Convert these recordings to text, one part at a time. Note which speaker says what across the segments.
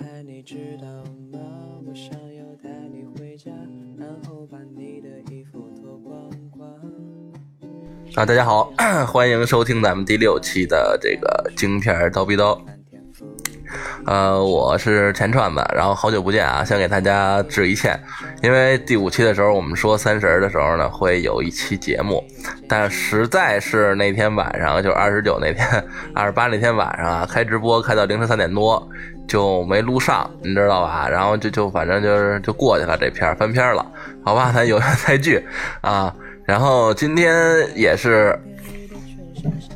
Speaker 1: 爱你，知道吗？我想要带你回家，然后把你的衣服脱光光。
Speaker 2: 啊，大家好， 欢迎收听咱们第六期的这个京片儿刀逼刀。呃，我是钱串子，然后好久不见啊，先给大家致一歉，因为第五期的时候我们说三十儿的时候呢，会有一期节目，但实在是那天晚上，就二十九那天、二十八那天晚上啊，开直播开到凌晨三点多，就没录上，你知道吧？然后就就反正就是就过去了，这片儿翻篇儿了，好吧，咱有缘 再聚啊。然后今天也是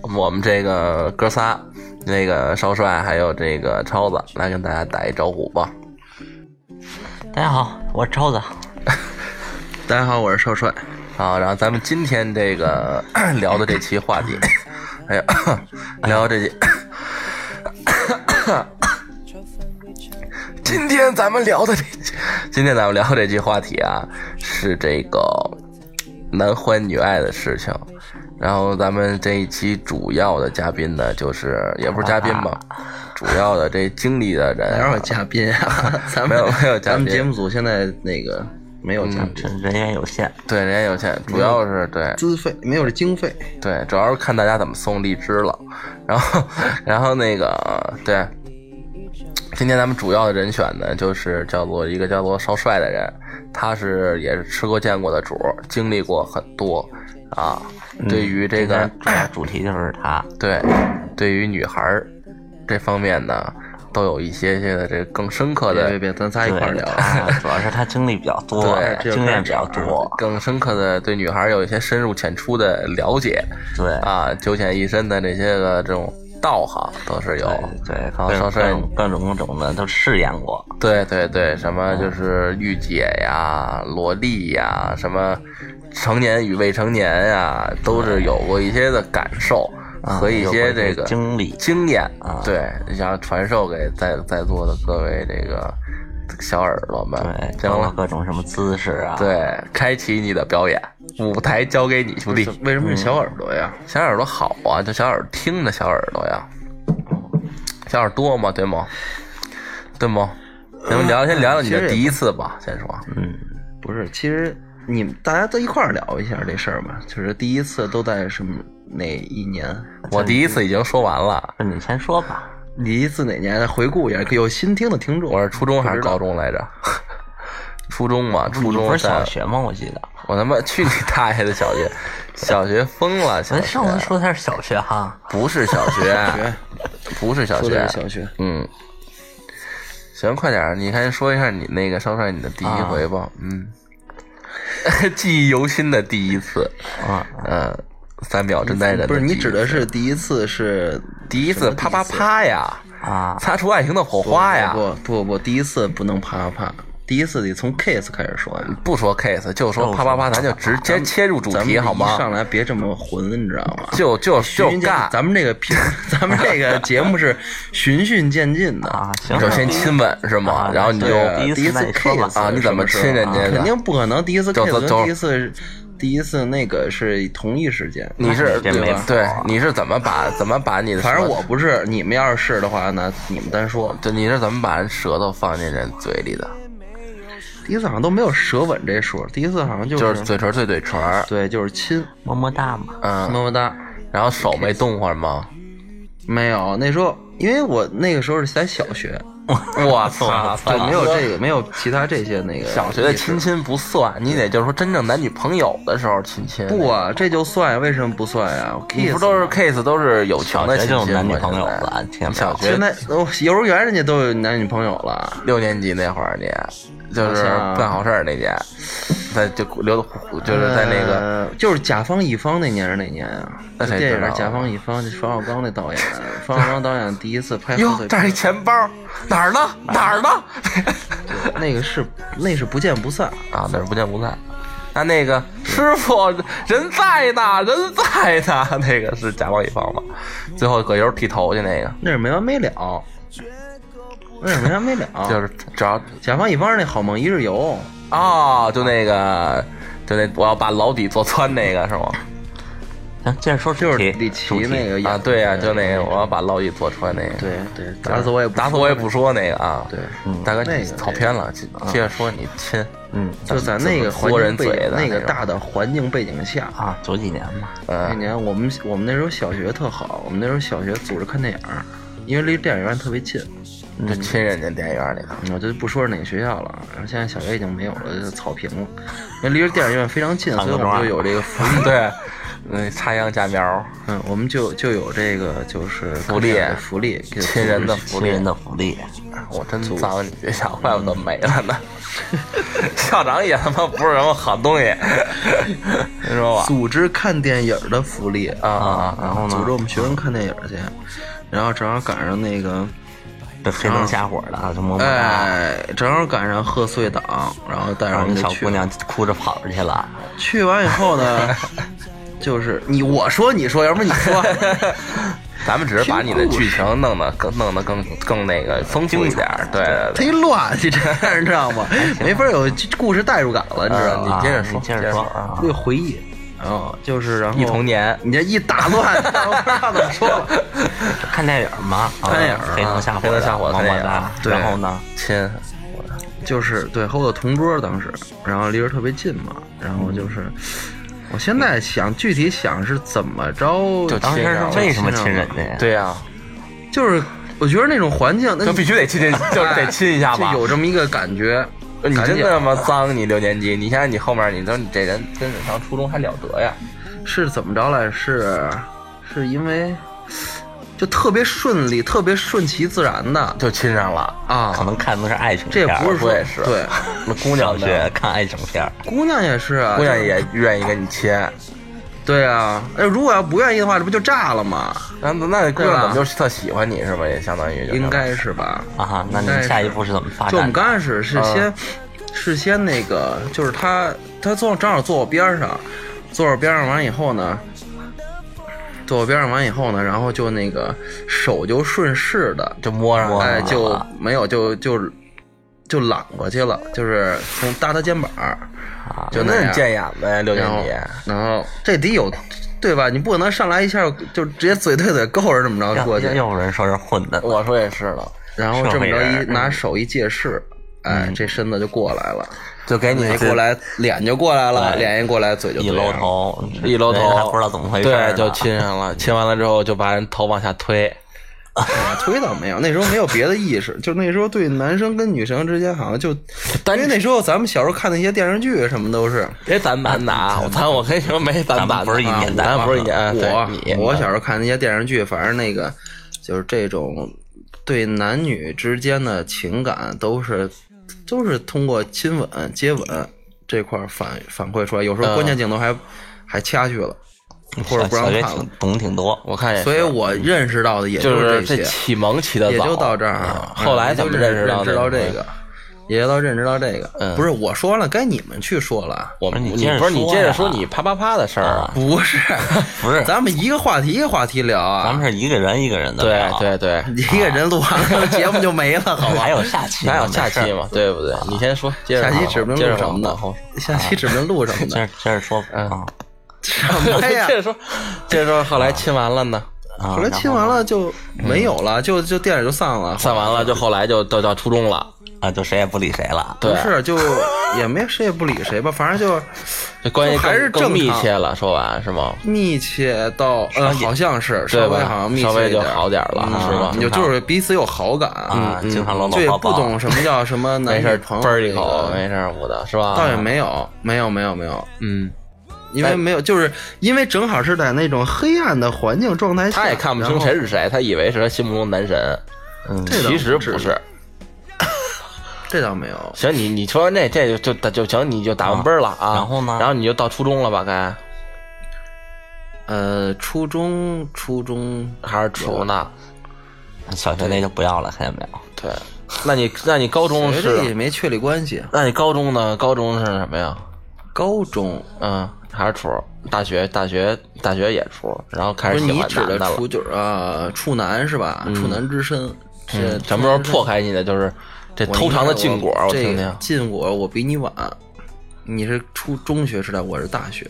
Speaker 2: 我们这个哥仨，那个少帅还有这个超子来跟大家打一招呼吧。
Speaker 3: 大家好，我是超子。
Speaker 4: 大家好，我是少帅。
Speaker 2: 啊，然后咱们今天这个 聊的这期话题， 哎呀，聊这期， 今天咱们聊的这，今天咱们聊的这期话题啊，是这个男欢女爱的事情。然后咱们这一期主要的嘉宾呢，就是也不是嘉宾吧，主要的这经历的人
Speaker 4: 哪
Speaker 2: 啊、
Speaker 4: 有嘉宾
Speaker 3: 哎
Speaker 4: 啊？咱们
Speaker 2: 没有没有嘉宾
Speaker 4: 咱们节目组现在那个没有嘉宾，
Speaker 3: 这嗯人员有限，
Speaker 2: 对，人家有钱，主要是对
Speaker 4: 资费没有这经费。
Speaker 2: 对，主要是看大家怎么送荔枝了。然后，然后那个对，今天咱们主要的人选呢，就是叫做一个叫做少帅的人，他是也是吃过见过的主儿，经历过很多啊。
Speaker 4: 嗯
Speaker 2: 对于这个、
Speaker 3: 今天主要哎主题就是他。
Speaker 2: 对，对于女孩儿这方面呢，都有一些些的这个更深刻
Speaker 4: 别别
Speaker 2: 的、
Speaker 4: 别，咱仨一块儿
Speaker 3: 对
Speaker 4: 聊。
Speaker 3: 他主要是他经历比较 多
Speaker 2: 对，
Speaker 4: 这个啊
Speaker 3: 经验比较多。
Speaker 2: 更深刻的对女孩儿有一些深入浅出的了解。
Speaker 3: 对，
Speaker 2: 啊，九浅一深的这些个这种道行都是有。
Speaker 3: 对，
Speaker 2: 好，少
Speaker 3: 各
Speaker 2: 帅，
Speaker 3: 种各种各种的都试验过。
Speaker 2: 对对对，什么就是御姐呀、萝莉呀，什么成年与未成年呀，都是有过一些的感受和一些这个
Speaker 3: 啊经历
Speaker 2: 经验
Speaker 3: 啊
Speaker 2: 对，想传授给在在座的各位这个小耳朵们，
Speaker 3: 对，
Speaker 2: 行
Speaker 3: 包括
Speaker 2: 了，
Speaker 3: 各种什么姿势啊，，
Speaker 2: 对，开启你的表演，舞台交给你，兄弟。
Speaker 4: 为什么是小
Speaker 3: 嗯
Speaker 4: 耳朵呀？
Speaker 2: 小耳朵好啊，就小耳听着小耳朵呀，小耳朵嘛，对吗？对吗？咱们
Speaker 3: 嗯
Speaker 2: 聊，先聊聊你的第一次吧，先说。
Speaker 4: 不是，其实你们大家都一块儿聊一下这事儿吧。就是第一次都在什么哪一年？
Speaker 2: 我第一次已经说完了，
Speaker 3: 你先说吧。
Speaker 4: 你第一次哪年？回顾一下，有新听的听众。
Speaker 2: 我是初中还是高中来着？ 初中嘛，初
Speaker 3: 你
Speaker 2: 中
Speaker 3: 不是
Speaker 2: 在
Speaker 3: 小，学吗？我记得，
Speaker 2: 我他妈去你大爷的小学，小学疯了，小
Speaker 3: 咱
Speaker 2: 学
Speaker 3: 上次说他是小学哈，
Speaker 2: 不是小学，不是小
Speaker 4: 说
Speaker 2: 学
Speaker 4: 的，是小学。
Speaker 2: 嗯。行，快点儿，你看说一下你那个少帅你的第一
Speaker 3: 啊
Speaker 2: 回吧，嗯， 记忆犹新的第一次，
Speaker 3: 啊，
Speaker 2: 嗯，三秒真耐忍的
Speaker 4: 不是你
Speaker 2: 第一
Speaker 4: 指的是第一次是
Speaker 2: 第一次啪啪啪呀，
Speaker 3: 啊
Speaker 2: 擦出爱情的火花呀！
Speaker 4: 不不不不，第一次不能啪啪啪，第一次得从 kiss 开始说呀。
Speaker 2: 不说 kiss，就说啪啪啪，咱就直接切入主
Speaker 4: 咱们
Speaker 2: 题好
Speaker 4: 一上
Speaker 2: 吗？
Speaker 4: 来别这么混，你知道吗？
Speaker 2: 就就就
Speaker 4: 循序渐
Speaker 2: 干，
Speaker 4: 咱们这个频，咱们这个节目是循序渐进的。
Speaker 3: 啊，行，
Speaker 2: 就先亲吻是吗？
Speaker 3: 啊
Speaker 2: 然后你就
Speaker 3: 对啊第一次那你说吧
Speaker 4: kiss
Speaker 2: 啊你怎么亲人家的
Speaker 4: 是吧肯定不可能第一次
Speaker 2: 走
Speaker 4: kiss
Speaker 2: 走走
Speaker 4: 跟第一次第一次那个是同一时间。啊
Speaker 2: 你是
Speaker 3: 这没
Speaker 2: 对
Speaker 3: 法
Speaker 2: 吧对你是怎么把怎么把你的舌头？
Speaker 4: 反正我不是，你们要是是的话，那你们单说。
Speaker 2: 对你是怎么把人舌头放进人嘴里的？
Speaker 4: 第一次好像都没有舌吻这说，第一次好像就
Speaker 2: 就是嘴唇对嘴唇儿，
Speaker 4: 对，就是亲，
Speaker 3: 么么哒嘛，
Speaker 2: 嗯，
Speaker 4: 么么哒。
Speaker 2: 然后手没动会儿吗？
Speaker 4: 没有，那时候因为我那个时候是在小学，
Speaker 2: 我操，
Speaker 4: 对，没有这个，没有其他这些那个
Speaker 2: 啊小学的亲亲不算，你得就是说真正男女朋友的时候亲亲。
Speaker 4: 不啊，这就算，为什么不算呀、我 kiss
Speaker 2: 你不都是 kiss 都是友情的
Speaker 3: 小
Speaker 2: 亲
Speaker 3: 学就有
Speaker 2: 亲吗
Speaker 3: 男女朋友
Speaker 2: 现在你
Speaker 3: 了天哪
Speaker 2: 小学
Speaker 4: 现在哦幼儿园人家都有男女朋友了，
Speaker 2: 六年级那会儿，你就是
Speaker 3: 啊
Speaker 2: 办好事儿那年，在就留就是在那个
Speaker 4: 呃就是甲方乙方那年是哪年啊？
Speaker 2: 那谁知道
Speaker 4: 电影《甲方乙方》是冯小刚那导演，冯小刚导演第一次
Speaker 3: 呃
Speaker 4: 拍贺
Speaker 2: 哟
Speaker 4: 岁，
Speaker 2: 这儿一
Speaker 4: 片，
Speaker 2: 钱包哪儿呢？哪儿呢？
Speaker 4: 那个是那是不见不散。
Speaker 2: 啊，那是不见不散。那那个师傅人在呢，人在呢，那个是甲方乙方吧？最后葛优剃头去那个，
Speaker 4: 那是没完没了，那是没完没了。
Speaker 2: 就是只要
Speaker 4: 甲方乙方那好梦一日游，
Speaker 2: 哦，就那个，就那我要把牢底坐穿那个是吗？
Speaker 3: 行，接着说
Speaker 4: 就
Speaker 3: 主
Speaker 4: 是
Speaker 3: 题，
Speaker 4: 李琦
Speaker 3: 主题
Speaker 4: 那个
Speaker 2: 啊，
Speaker 4: 演
Speaker 2: 对呀、
Speaker 4: 的
Speaker 2: 就那个我要把烙印做穿那个，
Speaker 4: 对对，打死我也不
Speaker 2: 打死我也不说那个啊。
Speaker 4: 对，
Speaker 2: 大哥，
Speaker 4: 那
Speaker 2: 你
Speaker 4: 个
Speaker 2: 跑偏了，接接着说你亲，
Speaker 3: 嗯
Speaker 4: 就在那个环
Speaker 2: 豁人
Speaker 4: 境背
Speaker 2: 嘴
Speaker 4: 景
Speaker 2: 的
Speaker 4: 那个
Speaker 2: 种
Speaker 4: 大的环境背景下，
Speaker 3: 啊，九几年嘛，
Speaker 4: 那
Speaker 2: 嗯，
Speaker 4: 年我们我们那时候小学特好，我们那时候小学组织看电影儿，因为离电影院特别近。
Speaker 2: 就亲人家电影院里 头，
Speaker 4: 嗯我就不说是哪个学校了，然后现在小学已经没有了，就是草坪了。因为离着电影院非常近，所以我们就有这个福利。
Speaker 2: 对，嗯，插秧架苗，
Speaker 4: 嗯，我们就就有这个就是
Speaker 2: 福利
Speaker 4: 看电影的福利，给
Speaker 2: 亲人的福
Speaker 3: 亲
Speaker 2: 利
Speaker 3: 人。的福利，
Speaker 2: 我真脏，你学校，怪不得没了呢。 校长也他妈不是什么好东西，你说吧？
Speaker 4: 组织看电影的福利
Speaker 2: 啊啊，然后
Speaker 4: 组织我们学生看电影去，然后正好赶上那个，
Speaker 3: 这黑
Speaker 2: 嗯
Speaker 3: 灯瞎火的啊，就么么哒，
Speaker 4: 哎，正好赶上贺岁档，然后
Speaker 2: 哎
Speaker 4: 带着
Speaker 3: 让
Speaker 4: 我们
Speaker 3: 一
Speaker 4: 就
Speaker 3: 小
Speaker 4: 去
Speaker 3: 姑娘哭着跑出去了，
Speaker 4: 去完以后 呢，就是你我说你说，要不你说，
Speaker 2: 咱们只是把你的剧情弄得更弄得更更那个丰富一点儿，对对对。
Speaker 4: 忒乱，你这样你知道吗？
Speaker 2: 啊
Speaker 4: 没法有故事代入感了，你知道
Speaker 2: 嗯
Speaker 4: 吗？
Speaker 2: 你接着
Speaker 3: 啊
Speaker 2: 说
Speaker 3: 你
Speaker 2: 接
Speaker 3: 接
Speaker 2: 着
Speaker 3: 着说
Speaker 2: 说
Speaker 3: 啊，
Speaker 4: 会回忆，然后就是然后
Speaker 2: 忆童年
Speaker 4: 你这一打乱， 我不知道怎么说了。
Speaker 3: 看电影嘛，啊
Speaker 4: 看电影
Speaker 3: 黑灯瞎火的，
Speaker 2: 黑灯瞎火的
Speaker 3: 么么
Speaker 2: 看
Speaker 3: 哒，
Speaker 4: 电影
Speaker 3: 然后呢，
Speaker 2: 亲，
Speaker 4: 就是对和我同桌当时，然后离着特别近嘛，然后就是，
Speaker 2: 嗯
Speaker 4: 我现在想具体想是怎么着，
Speaker 2: 就
Speaker 3: 当时是为什么亲人家呀？
Speaker 2: 对啊呀、
Speaker 4: 就是我觉得那种环境，那
Speaker 2: 就必须得亲亲，就是得亲一下吧
Speaker 4: 就。有这么一个感觉。
Speaker 2: 你
Speaker 4: 赶
Speaker 2: 真
Speaker 4: 紧
Speaker 2: 的他妈脏！你六年级，你想想你后面，你说你这人真是上初中还了得呀？
Speaker 4: 是怎么着来？是是因为就特别顺利，特别顺其自然的
Speaker 2: 就亲上了，
Speaker 4: 啊
Speaker 3: 可。能看的是爱情
Speaker 4: 这
Speaker 3: 片
Speaker 4: 也
Speaker 3: 儿，
Speaker 4: 不是说
Speaker 2: 我也是
Speaker 4: 对，
Speaker 2: 那姑娘
Speaker 3: 小
Speaker 2: 呢
Speaker 3: 学看爱情片儿，
Speaker 4: 姑娘也是啊，
Speaker 2: 姑娘也愿意跟你亲，
Speaker 4: 对啊。哎，如果要不愿意的话，这不就炸了吗？
Speaker 2: 那那姑
Speaker 4: 对
Speaker 2: 娘
Speaker 4: 吧
Speaker 2: 怎么就特喜欢你是吧？也相当于就
Speaker 4: 应该是吧？
Speaker 3: 啊哈，那你
Speaker 4: 应该是
Speaker 3: 下一步是怎么发
Speaker 4: 就我们
Speaker 3: 展的？
Speaker 4: 刚开始
Speaker 2: 嗯
Speaker 4: 是先是先那个，就是他他坐正好坐我边上，坐我边上完以后呢。坐我边上完以后呢，然后就那个手就顺势的
Speaker 2: 就摸上了，
Speaker 4: 哎，
Speaker 3: 了啊
Speaker 4: 就没有，就就就揽过去了，就是从搭他肩膀儿，就
Speaker 2: 啊那
Speaker 4: 那
Speaker 2: 你
Speaker 4: 样
Speaker 2: 见眼呗，六年
Speaker 4: 然后
Speaker 2: 级。
Speaker 4: 然后这得有，对吧？你不能上来一下就直接嘴对嘴够着这么着
Speaker 3: 要
Speaker 4: 过去，
Speaker 3: 要有人说是混的，
Speaker 2: 我说也是了，
Speaker 4: 然后这么
Speaker 3: 社会
Speaker 4: 着一
Speaker 3: 人
Speaker 4: 拿手一借势。哎，这身子就过来了，
Speaker 2: 就
Speaker 3: 哎
Speaker 2: 给你
Speaker 4: 一过来脸就过来了，脸一过来嘴就
Speaker 3: 一
Speaker 4: 对啊上
Speaker 3: 搂
Speaker 4: 了，
Speaker 3: 头，
Speaker 2: 一搂头，
Speaker 3: 人哎还不知道怎么回事啊呢，
Speaker 2: 对，就亲上了，亲完了之后就把人头往下推，
Speaker 4: 啊推倒没有，那时候没有别的意识，就那时候对男生跟女生之间好像就，因为那时候咱们小时候看那些电视剧什么都是，
Speaker 2: 别咱版的啊，咱我跟你说没咱版的啊，
Speaker 3: 咱们不是一年代
Speaker 2: 咱们不是一年代，
Speaker 4: 我
Speaker 2: 啊对你
Speaker 4: 我小时候看那些电视剧，反正那个就是这种对男女之间的情感都是都是通过亲吻、接吻这块儿反反馈出来，有
Speaker 2: 嗯
Speaker 4: 时候关键镜头还、还掐去了，或者不让
Speaker 3: 小学
Speaker 4: 看了
Speaker 3: 挺。懂挺多，
Speaker 2: 我看也是，
Speaker 4: 所以我认识到的也
Speaker 2: 嗯就是是
Speaker 4: 这
Speaker 2: 这
Speaker 4: 些，
Speaker 2: 启蒙起的
Speaker 4: 也
Speaker 2: 早，
Speaker 4: 就到这儿
Speaker 2: 嗯
Speaker 4: 啊。
Speaker 2: 后来怎
Speaker 4: 就
Speaker 2: 么
Speaker 4: 认
Speaker 2: 识到
Speaker 4: 认知到
Speaker 2: 那
Speaker 4: 这
Speaker 2: 个？
Speaker 4: 个？也就到认知到这个，
Speaker 2: 嗯
Speaker 4: 不是我说了，该你们去说了。
Speaker 2: 我
Speaker 3: 不
Speaker 2: 们
Speaker 3: 是你接着
Speaker 2: 不是你
Speaker 3: 说
Speaker 2: 接着
Speaker 3: 呀
Speaker 2: 说你啪啪啪的事儿啊，
Speaker 4: 不是，
Speaker 3: 不是
Speaker 4: 咱们一个话题一个话题聊啊。
Speaker 3: 咱们是一个人一个人的
Speaker 2: 对
Speaker 3: 聊，啊哦
Speaker 2: 对对，
Speaker 4: 你一个人录完了，节目就没了，好吧
Speaker 3: 还？有 下期呢，
Speaker 2: 哪有下期
Speaker 3: 没事儿？
Speaker 2: 嘛？对不对？你先说， 接着
Speaker 4: 下期
Speaker 2: 往
Speaker 4: 指不定
Speaker 2: 接着
Speaker 4: 录什么
Speaker 2: 往
Speaker 4: 的
Speaker 2: 后说，
Speaker 4: 下期指不定录什么
Speaker 3: 接
Speaker 4: 的。嗯
Speaker 3: 着接着说啊，
Speaker 4: 什么呀
Speaker 2: 接？着说，接着说，后来亲完了呢，
Speaker 3: 啊 后
Speaker 4: 后来亲完了就没有了，就就电影就散了。
Speaker 2: 散完了就后来就到到初中了，
Speaker 3: 啊，就谁也不理谁了，
Speaker 2: 对
Speaker 4: 不，是，就也没谁也不理谁吧，反正就
Speaker 2: 这关系
Speaker 4: 就还是
Speaker 2: 更更
Speaker 4: 正
Speaker 2: 密
Speaker 4: 常
Speaker 2: 切了，说完是吗？
Speaker 4: 密切到，嗯，好像是
Speaker 2: 啊对
Speaker 4: 稍微
Speaker 2: 吧
Speaker 4: 好像密切
Speaker 2: 稍微
Speaker 4: 一点
Speaker 2: 就好点了
Speaker 4: 嗯
Speaker 2: 是吧
Speaker 4: 你就就是彼此有好感，
Speaker 3: 啊，经常搂搂
Speaker 4: 嗯就也
Speaker 3: 抱
Speaker 4: 不
Speaker 3: 抱
Speaker 4: 懂，什么叫什么男
Speaker 2: 没事
Speaker 4: 女
Speaker 2: 儿，
Speaker 4: 嗯朋友
Speaker 2: 嘣儿一
Speaker 4: 这个
Speaker 2: 口，没事儿捂的是吧？
Speaker 4: 倒也，没有，没有，没有，没有，
Speaker 2: 嗯，
Speaker 4: 因为没有，就是因为正好是在那种黑暗的环境状态下，
Speaker 2: 他也看不清
Speaker 4: 然后
Speaker 2: 谁是谁，他以为是他心目中的男神，
Speaker 3: 嗯，
Speaker 4: 这倒
Speaker 2: 其实不
Speaker 4: 至于
Speaker 2: 是。
Speaker 4: 这倒没有，
Speaker 2: 行，你你说完这这就就就行，你就打完奔儿了啊。
Speaker 3: 然后呢
Speaker 2: 然后你就到初中了吧？该
Speaker 4: 呃，初中初中
Speaker 2: 还是处呢？
Speaker 3: 小学那就不要了，看见没有？
Speaker 2: 对，那你那你高中
Speaker 4: 学这也
Speaker 2: 是？啊
Speaker 4: 没确立关系，
Speaker 2: 那你高中呢？高中是什么呀？
Speaker 4: 高中
Speaker 2: 嗯，还是处。大学大学大学也处，然后开
Speaker 4: 不
Speaker 2: 始
Speaker 4: 是
Speaker 2: 喜
Speaker 4: 你
Speaker 2: 欢
Speaker 4: 指
Speaker 2: 男
Speaker 4: 的
Speaker 2: 的了。嗯
Speaker 4: 处就是啊处男是吧？处男之身，这
Speaker 2: 什么时候破开你的就是这
Speaker 4: 我
Speaker 2: 偷尝的禁果？我
Speaker 4: 这
Speaker 2: 听
Speaker 4: 个
Speaker 2: 听。
Speaker 4: 禁果我比你晚，你是初中学时代，我是大学，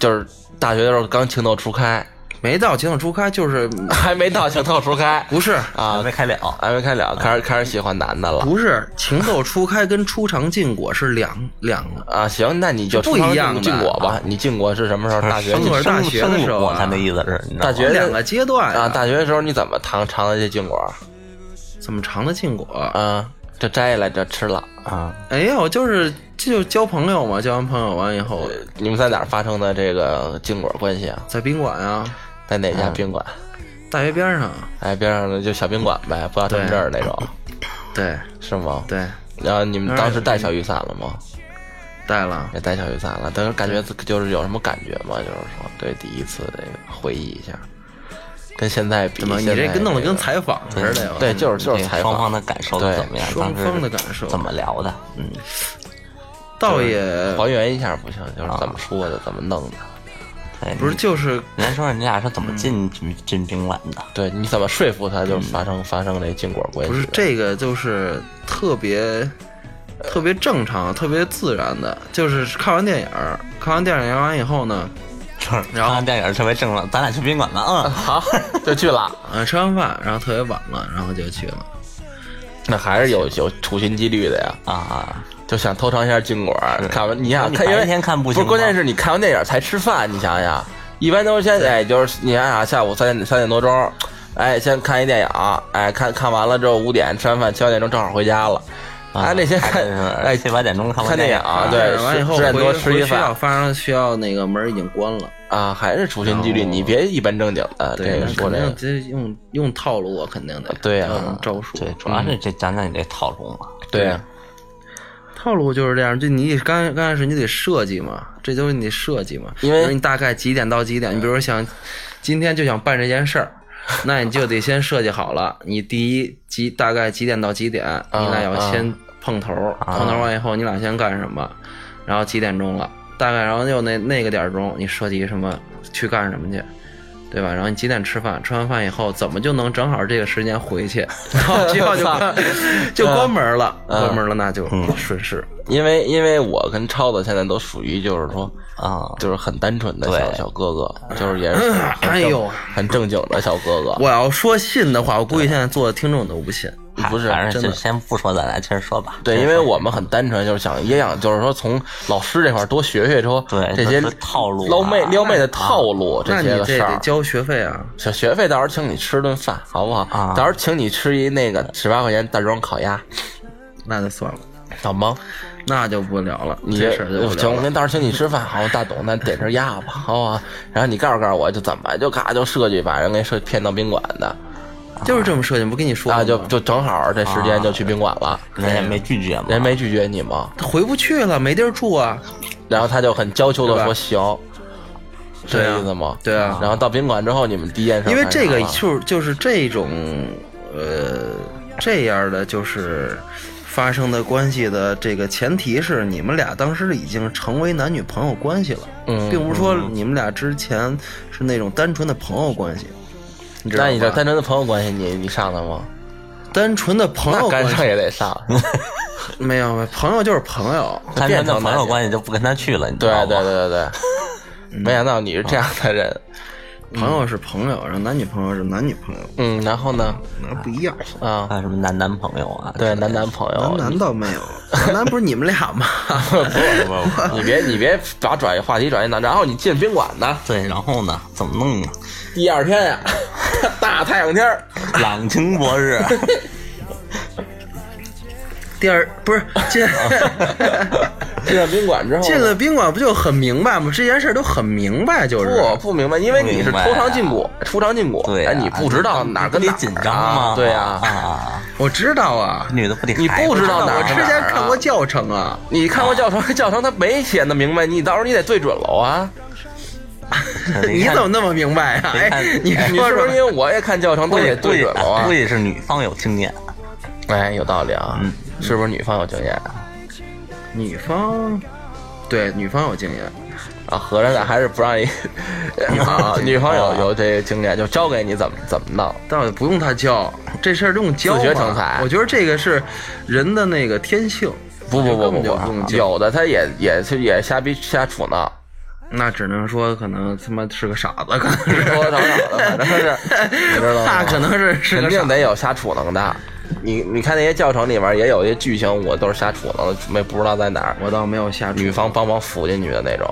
Speaker 2: 就是大学的时候刚情窦初开，
Speaker 4: 没到情窦初开，就是
Speaker 2: 还没到情窦初开
Speaker 4: 不是
Speaker 2: 啊
Speaker 3: 还，没开了，
Speaker 2: 还没开了，开始开始喜欢男的了
Speaker 4: 不是情窦初开跟初尝禁果是两两个。
Speaker 2: 啊。行，那你就
Speaker 4: 不一样的啊
Speaker 2: 进果吧。你进果是什么时候？大学
Speaker 4: 生
Speaker 2: 你
Speaker 4: 会儿大学的时候啊
Speaker 3: 我看那意思是，你知道吗
Speaker 2: 大学
Speaker 4: 两个阶段
Speaker 2: 啊，大学的时候你怎么尝尝的这禁果
Speaker 4: 怎么尝的禁果？
Speaker 2: 啊？这摘下来这吃了。
Speaker 3: 啊，
Speaker 4: 哎呀，我就是这就交朋友嘛，交完朋友完以后，
Speaker 2: 你们在哪儿发生的这个禁果关系啊？
Speaker 4: 在宾馆啊，
Speaker 2: 在哪家宾馆？
Speaker 4: 大学边上，啊
Speaker 2: 哎，边上的就小宾馆呗，不要他们这儿那种，
Speaker 4: 对
Speaker 2: 是吗？
Speaker 4: 对，
Speaker 2: 然后你们当时带小雨伞了吗？
Speaker 4: 带了。
Speaker 2: 也带小雨伞了，但是感觉就是有什么感觉吗？就是说对第一次这个回忆一下，跟现在比，
Speaker 4: 怎么你
Speaker 2: 现在
Speaker 4: 这跟弄得跟
Speaker 2: 个
Speaker 4: 采访似的呀？
Speaker 2: 对，就是就是
Speaker 3: 这
Speaker 2: 采
Speaker 3: 双
Speaker 2: 访
Speaker 3: 方的感受怎么样？
Speaker 4: 双方的
Speaker 3: 当时
Speaker 4: 感受
Speaker 3: 怎么聊的？嗯，
Speaker 4: 倒也
Speaker 2: 还原一下不行，就是怎
Speaker 3: 啊
Speaker 2: 么说的，怎么弄的，
Speaker 3: 对，
Speaker 4: 不是，嗯
Speaker 3: 哎你
Speaker 4: 就是
Speaker 3: 人家说你俩是怎么进进进宾馆的？
Speaker 2: 对，你怎么说服他就是发生发生这禁果关系？
Speaker 4: 不是这个，就是特别特别正常、特别自然的，就是看完电影儿，看完电影儿完以后呢，
Speaker 3: 就是，然后电影特别正了，咱俩去宾馆吧， 嗯，
Speaker 2: 好，就去了，
Speaker 4: 啊，吃完饭，然后特别晚了，然后就去了。
Speaker 2: 那还是有有处心积虑的呀。
Speaker 3: 啊，
Speaker 2: 就想偷尝一下禁果，看完你想
Speaker 3: 你
Speaker 2: 看，因
Speaker 3: 白
Speaker 2: 为
Speaker 3: 天看不
Speaker 2: 不是
Speaker 3: 行吗嗯
Speaker 2: 关键是你看完电影才吃饭，你想想，一般都是现在就是你想想下午三点三点多钟，哎，先看一电影，哎，看看完了之后五点吃完饭七八点钟正好回家了，
Speaker 3: 啊
Speaker 2: 那些看哎
Speaker 3: 哎，七八点钟
Speaker 2: 看
Speaker 3: 看完
Speaker 2: 电
Speaker 3: 电
Speaker 2: 影啊
Speaker 3: 影，嗯
Speaker 2: 对
Speaker 4: 电影完以后
Speaker 2: 十
Speaker 4: 回
Speaker 2: 点多吃一
Speaker 4: 回学
Speaker 2: 饭
Speaker 4: 校，发现学校那个门儿已经关了。
Speaker 2: 啊，还是处心积
Speaker 3: 哦
Speaker 2: 虑，
Speaker 4: 然后
Speaker 2: 你别一本正经的这
Speaker 4: 对，
Speaker 2: 个
Speaker 4: 那
Speaker 2: 说
Speaker 4: 肯
Speaker 2: 这
Speaker 4: 定
Speaker 2: 个，
Speaker 4: 这用用套路啊，肯定得
Speaker 2: 对啊
Speaker 4: 要用招数。
Speaker 3: 对，主要
Speaker 2: 嗯
Speaker 3: 是这讲讲你这套路嘛，
Speaker 2: 对呀，
Speaker 4: 套路就是这样，就你得刚刚开始你得设计嘛，这东西你得设计嘛，
Speaker 2: 因为
Speaker 4: 比如你大概几点到几点，你比如说想今天就想办这件事儿，那你就得先设计好了，你第一几大概几点到几点，
Speaker 2: 啊
Speaker 4: 你俩要先碰头，碰头完以后你俩先干什么，然后几点钟了，大概然后又那那个点儿钟你设计什么去干什么去。对吧？然后你几点吃饭？吃完饭以后怎么就能正好这个时间回去？ 然后学校 就
Speaker 2: 啊
Speaker 4: 关就关门了，关门了那就
Speaker 2: 嗯
Speaker 4: 顺势。
Speaker 2: 因为因为我跟超子现在都属于就是说
Speaker 3: 啊，
Speaker 2: 就是很单纯的小
Speaker 3: 对
Speaker 2: 小哥哥，就是也 是很
Speaker 4: 哎呦
Speaker 2: 很正经的小哥哥，
Speaker 4: 我要说信的话，我估计现在坐的听众都不信。
Speaker 3: 还
Speaker 2: 不是
Speaker 3: 反正
Speaker 2: 真的
Speaker 3: 就先不说咱俩，先说吧，
Speaker 2: 对，因为我们很单纯，就是想也想就是说从老师这块儿多学学说
Speaker 3: 对
Speaker 2: 这些
Speaker 3: 这这套路啊啊
Speaker 2: 撩妹撩妹的套路
Speaker 4: 那你
Speaker 2: 些个
Speaker 4: 这
Speaker 2: 事
Speaker 4: 得
Speaker 2: 儿。
Speaker 4: 交学费啊！
Speaker 2: 小学费到时候请你吃顿饭，好不好？
Speaker 3: 啊
Speaker 2: 到时候请你吃一那个十八块钱袋装烤鸭，
Speaker 4: 那就算了，
Speaker 2: 小萌，
Speaker 4: 那就不聊了，
Speaker 2: 你呃
Speaker 4: 这事儿就不
Speaker 2: 行，我
Speaker 4: 聊
Speaker 2: 跟
Speaker 4: 了。
Speaker 2: 到时候请你吃饭，好，大董，咱点只鸭吧，好不好？然后你告诉告诉我，就怎么就咔就设计把人给设骗到宾馆的，
Speaker 4: 就是这么设计，不跟你说了
Speaker 2: 啊，
Speaker 4: 吗
Speaker 2: 就就正好这时间就去宾馆了，
Speaker 3: 啊人也没拒绝嘛，
Speaker 2: 人没拒绝你吗？
Speaker 4: 他回不去了，没地儿住啊。
Speaker 2: 然后他就很娇羞的
Speaker 4: 对
Speaker 2: 说
Speaker 4: 吧
Speaker 2: 行，是
Speaker 4: 对啊
Speaker 2: 这意思吗？
Speaker 4: 对啊
Speaker 2: 然后到宾馆之后，你们第一件事
Speaker 4: 因为
Speaker 2: 干啥
Speaker 4: 这个
Speaker 2: 了
Speaker 4: 就是就是这种呃这样的就是发生的关系的这个前提是你们俩当时已经成为男女朋友关系了，
Speaker 2: 嗯
Speaker 4: 并不是说你们俩之前是那种单纯的朋友关系。你知道
Speaker 2: 那你这
Speaker 4: 吗
Speaker 2: 单纯的朋友关系，你你上了吗？
Speaker 4: 单纯的朋
Speaker 2: 那
Speaker 4: 友
Speaker 2: 该
Speaker 4: 关系
Speaker 2: 上也得上，
Speaker 4: 没有，没有朋友就是朋友，
Speaker 3: 单纯的
Speaker 2: 变成
Speaker 3: 朋
Speaker 2: 男
Speaker 3: 友
Speaker 2: 女
Speaker 3: 关系就不跟他去了，你知
Speaker 2: 对
Speaker 3: 道吗？
Speaker 2: 对对对对。 嗯没想到你是这样的人，
Speaker 4: 朋友是朋友，然后男女朋友是男女朋友，
Speaker 2: 嗯，然后呢，
Speaker 4: 那不一样。
Speaker 2: 啊，
Speaker 3: 还有什么男男朋友啊？
Speaker 2: 对，男男朋
Speaker 4: 男
Speaker 2: 友，
Speaker 4: 男倒没有，男男不是你们俩吗？
Speaker 2: 你别你别把转移话题转移到，然后你进宾馆呢，
Speaker 3: 对，然后呢？怎么弄呢？啊
Speaker 2: 第二天呀， 大太阳天儿，
Speaker 3: 朗晴 博士，
Speaker 4: 第二不是进
Speaker 2: 进了宾馆之后呢，
Speaker 4: 进了宾馆不就很明白吗？这件事儿都很明白，就是
Speaker 2: 不不明白，啊因为你是
Speaker 3: 不明白
Speaker 2: 偷尝禁果，初尝禁果，
Speaker 3: 对啊
Speaker 2: 哎你不知道哪儿跟
Speaker 3: 你
Speaker 2: 哪
Speaker 3: 紧
Speaker 2: 儿啊
Speaker 3: 张吗？
Speaker 2: 对呀
Speaker 3: 啊，啊，
Speaker 4: 我知道啊，
Speaker 3: 女的不得
Speaker 2: 你
Speaker 3: 害
Speaker 2: 不知道哪
Speaker 4: 我
Speaker 2: 儿
Speaker 4: 之
Speaker 2: 跟哪
Speaker 4: 前
Speaker 2: 儿啊
Speaker 4: 看过教程啊，
Speaker 2: 你看过教程，教程他没写那明白，你到时候你得对准喽啊！
Speaker 4: 你怎么那么明白啊？
Speaker 3: 你看
Speaker 4: 哎，你
Speaker 2: 你
Speaker 4: 说
Speaker 2: 是不
Speaker 4: 说
Speaker 2: 是因，为我也看教程都
Speaker 3: 估计
Speaker 2: 得
Speaker 3: 估
Speaker 2: 对
Speaker 3: 计
Speaker 2: 准喽啊
Speaker 3: 估？计是女方有经验，
Speaker 2: 哎，有道理啊，是不是女方有经验
Speaker 4: 女方对女方有经验，
Speaker 2: 啊？合着呢还是不让你 啊？女方有有这个经验，就教给你怎么怎么弄。
Speaker 4: 倒也不用他教，这事儿用教嘛
Speaker 2: 自学成才
Speaker 4: 我觉得这个是人的那个天性。
Speaker 2: 不不不不啊
Speaker 4: 这根本就不用
Speaker 2: 不，
Speaker 4: 教。
Speaker 2: 有的他也也是也瞎逼瞎杵呢，
Speaker 4: 那只能说可能他妈是个傻子，可能 是，
Speaker 2: 多少少的，反正是， 你知道吗？
Speaker 4: 那可能是是
Speaker 2: 肯
Speaker 4: 个傻
Speaker 2: 定
Speaker 4: 子。
Speaker 2: 得有瞎杵楞的。你你看那些教程里面也有一些剧情，我都是瞎杵楞的，没不知道在哪儿。
Speaker 4: 我倒没有下注
Speaker 2: 女方帮忙扶进去的那种。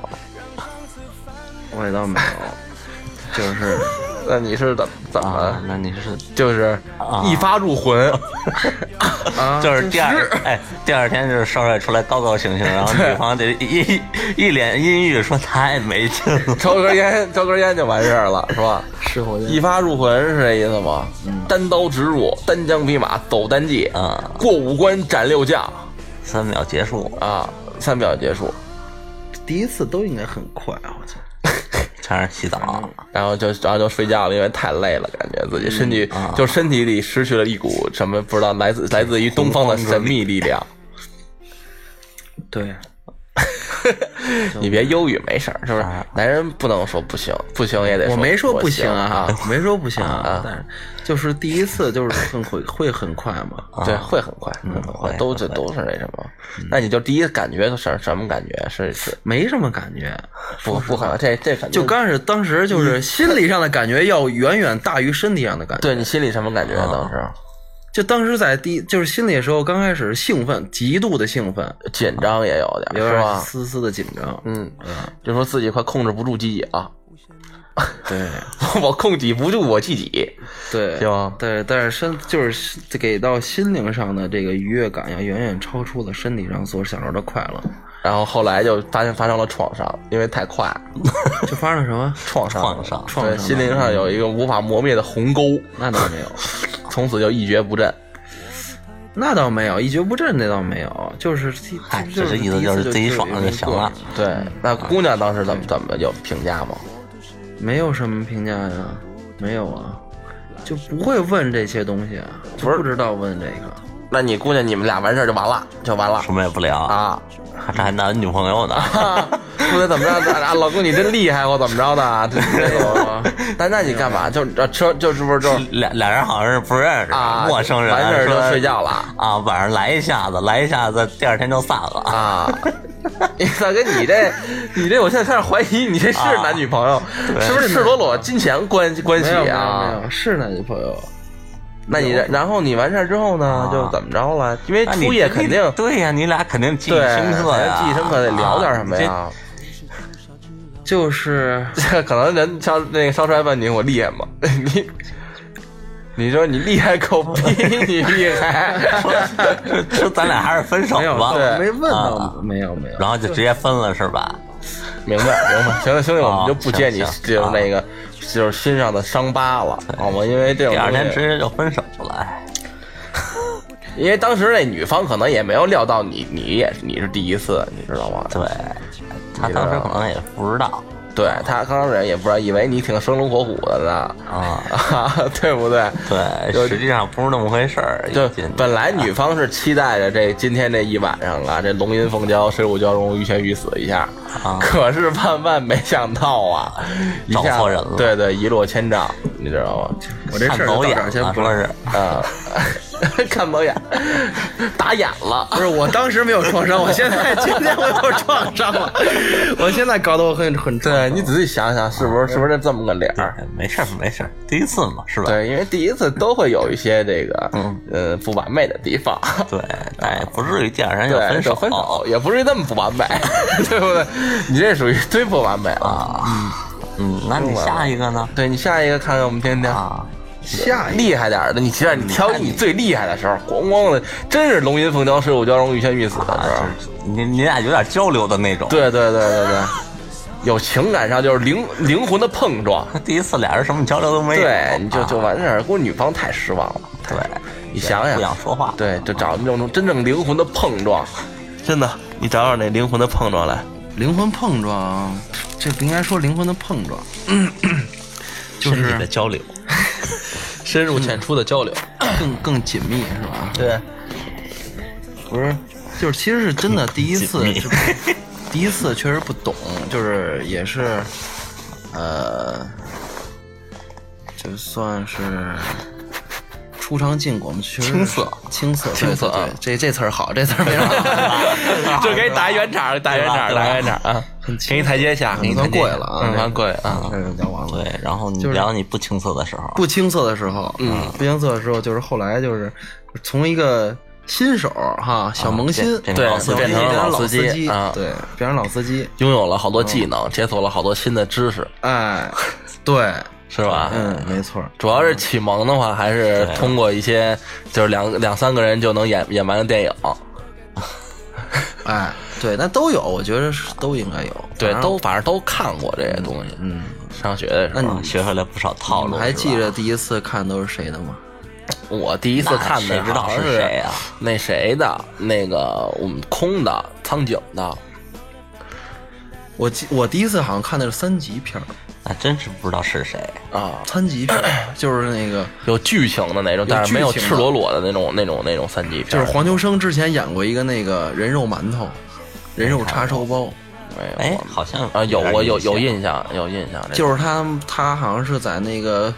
Speaker 4: 我也倒没有，就是
Speaker 2: 那你是怎怎么、
Speaker 3: 啊，那你是
Speaker 2: 就是一发入魂？
Speaker 4: 啊，
Speaker 3: 就是第二哎，第二天就是少帅出来高高兴兴，然后女方就一一一脸阴郁说太没劲了。
Speaker 2: 抽根烟，抽根烟就完事儿了，是吧？
Speaker 4: 是我
Speaker 2: 一发入魂是这意思吗？
Speaker 4: 嗯
Speaker 2: 单刀直入，单枪匹马走单骑，
Speaker 3: 啊
Speaker 2: 过五关斩六将
Speaker 3: 三秒结束，
Speaker 2: 啊，三秒结束，
Speaker 4: 第一次都应该很快，啊我操！
Speaker 3: 全是洗澡，
Speaker 2: 然后就然后就睡觉了，因为太累了，感觉自己身体、就身体里失去了一股什么不知道来自来自于东方的神秘力量。
Speaker 4: 对，
Speaker 2: 你别忧郁，没事儿，是不是
Speaker 3: 啊？
Speaker 2: 男人不能说不行，不行也得
Speaker 4: 我
Speaker 2: 说
Speaker 4: 没说
Speaker 2: 不
Speaker 4: 不行啊
Speaker 2: 啊，，
Speaker 4: 没说不行啊
Speaker 2: 啊，
Speaker 4: 但是就是第一次就是很会会很快嘛，
Speaker 2: 对，会很快，会很快，
Speaker 3: 会
Speaker 2: 都
Speaker 3: 很
Speaker 2: 这
Speaker 3: 快
Speaker 2: 都是那什么。那你就第一感觉是什什么感觉？是是
Speaker 4: 没什么感觉，
Speaker 2: 不不可能，这这感觉
Speaker 4: 就刚开始当时就是心理上的感觉要远远大于身体上的感觉。
Speaker 2: 对你心里什么感觉？当时
Speaker 4: 就当时在第一就是心里的时候，刚开始兴奋，极度的兴奋，
Speaker 2: 紧张也有点
Speaker 4: 有
Speaker 2: 儿，是
Speaker 4: 点
Speaker 2: 吧？
Speaker 4: 丝丝的紧张。
Speaker 2: 嗯，就说自己快控制不住自己了，
Speaker 3: 嗯
Speaker 4: 对
Speaker 2: 我控制不住我自己。
Speaker 4: 对，
Speaker 2: 行吗
Speaker 4: 对，但是身就是给到心灵上的这个愉悦感，要远远超出了身体上所享受的快乐。
Speaker 2: 然后后来就发现发生了创伤，因为太快，
Speaker 4: 就发生了什么？
Speaker 2: 创伤，
Speaker 3: 创伤
Speaker 4: 创伤
Speaker 2: 对，心灵上有一个无法磨灭的鸿沟，
Speaker 4: 那倒没有，
Speaker 2: 从此就一蹶不振。
Speaker 4: 那倒没有，一蹶不振，那倒没有，就是第
Speaker 3: 嗨
Speaker 4: 就
Speaker 3: 这
Speaker 4: 是
Speaker 3: 意思
Speaker 4: 第一
Speaker 3: 就是
Speaker 4: 次
Speaker 3: 自己爽了
Speaker 4: 就
Speaker 3: 就行了
Speaker 2: 对，那姑娘当时怎么怎么有评价吗？
Speaker 4: 没有什么评价呀，没有啊，就不会问这些东西，啊，就不知道问这个。
Speaker 2: 那你姑娘你们俩完事儿就完了，就完了
Speaker 3: 什么也不聊，
Speaker 2: 啊。
Speaker 3: 还这还男女朋友呢。
Speaker 2: 啊，不得怎么着啊，老公你真厉害，我怎么着的？这这种，那那你干嘛？就这车就是不是就
Speaker 3: 俩俩人好像是不认识，
Speaker 2: 啊
Speaker 3: 陌生人，
Speaker 2: 完事儿就
Speaker 3: 说
Speaker 2: 睡觉了
Speaker 3: 啊，晚上来一下子，来一下子，第二天就散了。
Speaker 2: 啊？大哥，你这你这，我现在开始怀疑你这是
Speaker 3: 啊
Speaker 2: 男女朋友，是不是赤裸裸金钱关关
Speaker 4: 没
Speaker 2: 系
Speaker 4: 有没有
Speaker 2: 啊
Speaker 4: 没？有，是男女朋友。
Speaker 2: 那你这然后你完事儿之后呢
Speaker 3: 啊，
Speaker 2: 就怎么着了？因为
Speaker 3: 那你
Speaker 2: 初夜肯定
Speaker 3: 对呀，你俩肯定记忆
Speaker 2: 对，
Speaker 3: 深刻呀，
Speaker 2: 记忆深刻得聊点什么
Speaker 3: 啊？
Speaker 2: 呀？
Speaker 4: 就是
Speaker 2: 这可能人烧那个烧出来问你我厉害吗？你你说你厉害狗逼，你厉害，
Speaker 3: 这 这这咱俩还是分手
Speaker 4: 没有
Speaker 3: 吧，
Speaker 2: 对
Speaker 4: 没问到，
Speaker 3: 啊
Speaker 4: 没有没有。
Speaker 3: 然后就直接分了是吧？
Speaker 2: 明白明白。行了兄弟，我们就不揭你
Speaker 3: 啊行
Speaker 2: 就是那个就是心上的伤疤了，好吗？因为这种
Speaker 3: 第二
Speaker 2: 东
Speaker 3: 天
Speaker 2: 西
Speaker 3: 直接就分手了，哎
Speaker 2: 因为当时那女方可能也没有料到你你也你是第一次，你知道吗？
Speaker 3: 对，他当时可能也不知道
Speaker 2: 对他刚开始也不知道，以为你挺生龙活虎的呢。
Speaker 3: 啊，
Speaker 2: 啊，对不对？就
Speaker 3: 对，实际上不是那么回事儿。
Speaker 2: 就
Speaker 3: 已经
Speaker 2: 本来女方是期待着这今天这一晚上啊，这龙吟凤娇、水乳交融、鱼拳鱼死一下，
Speaker 3: 啊
Speaker 2: 可是万万没想到 啊，一下
Speaker 3: 找错人了
Speaker 2: 对对，一落千丈，你知道吗？
Speaker 4: 我这
Speaker 3: 看
Speaker 4: 事儿
Speaker 3: 走
Speaker 4: 到这
Speaker 3: 眼
Speaker 4: 儿先
Speaker 3: 了，
Speaker 4: 不
Speaker 3: 说是
Speaker 2: 啊， 看不走眼，打眼了。
Speaker 4: 不是，我当时没有创伤，我现在今天我有创伤了，我现在搞得我很很
Speaker 2: 对你仔细想想，是不是是不是这么个理儿？
Speaker 3: 哎没事儿没事儿，第一次嘛是吧？
Speaker 2: 对，因为第一次都会有一些这个，呃，不完美的地方。
Speaker 3: 对，但也不至于第二天就
Speaker 2: 对，
Speaker 3: 分
Speaker 2: 就
Speaker 3: 手。
Speaker 2: 分手也不至于那么不完美， 对不对？你这属于忒不完美了。
Speaker 3: 啊，嗯，那你下一个呢？
Speaker 2: 对你下一个看看我们听听。
Speaker 3: 啊，
Speaker 4: 下一个
Speaker 2: 厉害点儿的，你其实你挑你最厉害的时候，咣咣的，真是龙吟凤娇，水乳交融，欲仙欲死的时候。
Speaker 3: 就是你你俩有点交流的那种。，
Speaker 2: 对对对对对，有情感上就是灵灵魂的碰撞，
Speaker 3: 第一次俩人什么交流都没有，
Speaker 2: 对，你就
Speaker 3: 啊
Speaker 2: 就完事儿。估计女方太失望了，太
Speaker 3: 对，
Speaker 2: 你想
Speaker 3: 不想
Speaker 2: 想，
Speaker 3: 说话。
Speaker 2: 对，就找那种真正灵魂的碰撞，真的，你找找那灵魂的碰撞来。
Speaker 4: 灵魂碰撞，啊这不应该说灵魂的碰 撞，就
Speaker 3: 身体的
Speaker 4: 是
Speaker 3: 交流，
Speaker 2: 深入浅出的交流，啊
Speaker 4: 更更紧密是吧？
Speaker 2: 对，
Speaker 4: 不是，就是其实是真的第一次
Speaker 3: 紧密
Speaker 4: 是吧，第一次确实不懂，就是也是，呃，就算是。初尝禁果嘛，其实
Speaker 2: 青涩
Speaker 4: 青涩，对
Speaker 2: 青涩
Speaker 4: 对对
Speaker 2: 啊
Speaker 4: 这这词儿好，这词儿非 常好。
Speaker 2: 就给你打圆场，打圆场，
Speaker 3: 对吧
Speaker 2: 打圆场啊！给你台阶下，给你台阶
Speaker 4: 算过去了啊
Speaker 2: 嗯
Speaker 4: 这个
Speaker 2: 算过去啊！
Speaker 4: 这个聊完了。
Speaker 3: 对，然后你
Speaker 4: 就是
Speaker 3: 聊你不青涩的时候，
Speaker 4: 不青涩的时候，嗯，不青涩的时候就是后来就是从一个新手哈小萌新，
Speaker 3: 变
Speaker 2: 对
Speaker 3: 变成老
Speaker 2: 变成老司
Speaker 4: 变成老
Speaker 3: 司机
Speaker 4: 司
Speaker 2: 机啊
Speaker 4: 对，变成老司机，
Speaker 2: 拥有了好多技能，解锁了好多新的知识，
Speaker 4: 哎，对，
Speaker 2: 是吧？
Speaker 4: 嗯，没错，
Speaker 2: 主要是启蒙的话，还是通过一些就是两两三个人就能演演完的电影，
Speaker 4: 哎，对，那都有，我觉得是都应该有，
Speaker 2: 对，
Speaker 4: 反正
Speaker 2: 都反正都看过这些东西。
Speaker 4: 嗯，
Speaker 2: 上学的时候，
Speaker 3: 啊学会了不少套
Speaker 4: 你
Speaker 3: 路，
Speaker 4: 还记
Speaker 3: 是吧
Speaker 4: 着第一次看都是谁的吗？
Speaker 2: 我第一次看
Speaker 3: 那
Speaker 2: 的
Speaker 3: 谁知道
Speaker 2: 好像
Speaker 3: 是谁呀
Speaker 2: 那谁的那个我们空的苍井的，啊
Speaker 4: 我记，我第一次好像看的是三级片儿，
Speaker 3: 那真是不知道是谁，
Speaker 2: 啊，
Speaker 4: 三级片儿就是那个，
Speaker 2: 有剧情的那种，但是没有
Speaker 4: 剧情
Speaker 2: 赤
Speaker 4: 的
Speaker 2: 裸裸的那种那种那种三级片
Speaker 4: 就
Speaker 2: 儿，
Speaker 4: 是黄秋生之前演过一个那个人肉馒头，人肉叉烧包。
Speaker 2: 没有
Speaker 3: 哎，好像
Speaker 2: 啊，有我有有
Speaker 3: 印
Speaker 2: 印象，有印象，这
Speaker 4: 就是他他好像是在那个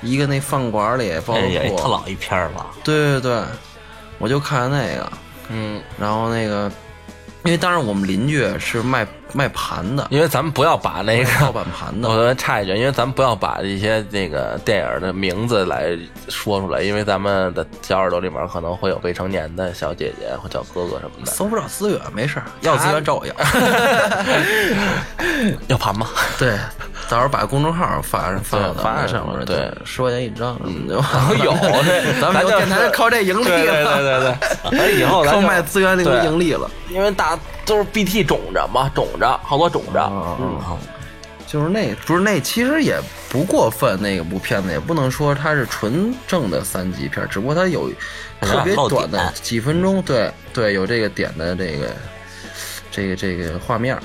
Speaker 4: 一个那饭馆里，包
Speaker 3: 象，哎有一特
Speaker 4: 括
Speaker 3: 老一片儿吧，
Speaker 4: 对对对，我就看那个，
Speaker 2: 嗯，
Speaker 4: 然后那个，因为当时我们邻居是卖卖盘的，
Speaker 2: 因为咱们不要把那 个
Speaker 4: 盗版盘
Speaker 2: 我
Speaker 4: 的，
Speaker 2: 再插一句，因为咱们不要把一些那个电影的名字来说出来，因为咱们的小耳朵里面可能会有未成年的小姐姐或小哥哥什么的。
Speaker 4: 搜不着资源没事儿，要资源 找我要。
Speaker 2: 要盘吗？
Speaker 4: 对，到时候把公众号发上发到
Speaker 2: 对发上
Speaker 4: 上面，
Speaker 2: 对嗯
Speaker 4: 十块钱一张什么的。
Speaker 2: 有，
Speaker 4: 咱们
Speaker 2: 就
Speaker 4: 有电台靠这盈利
Speaker 2: 对对
Speaker 4: 了，
Speaker 2: 对对 对，哎，以后咱
Speaker 4: 靠
Speaker 2: 就
Speaker 4: 卖资源那个
Speaker 2: 对
Speaker 4: 盈利了。
Speaker 2: 因为大都是 BT 种着嘛，种着好多种着，
Speaker 4: 嗯，就是那不是那，其实也不过分。那个部片子也不能说它是纯正的三级片，只不过它有特别短
Speaker 3: 有点漏
Speaker 4: 的
Speaker 3: 点
Speaker 4: 几分钟，对对，有这个点的这个这个这个画面，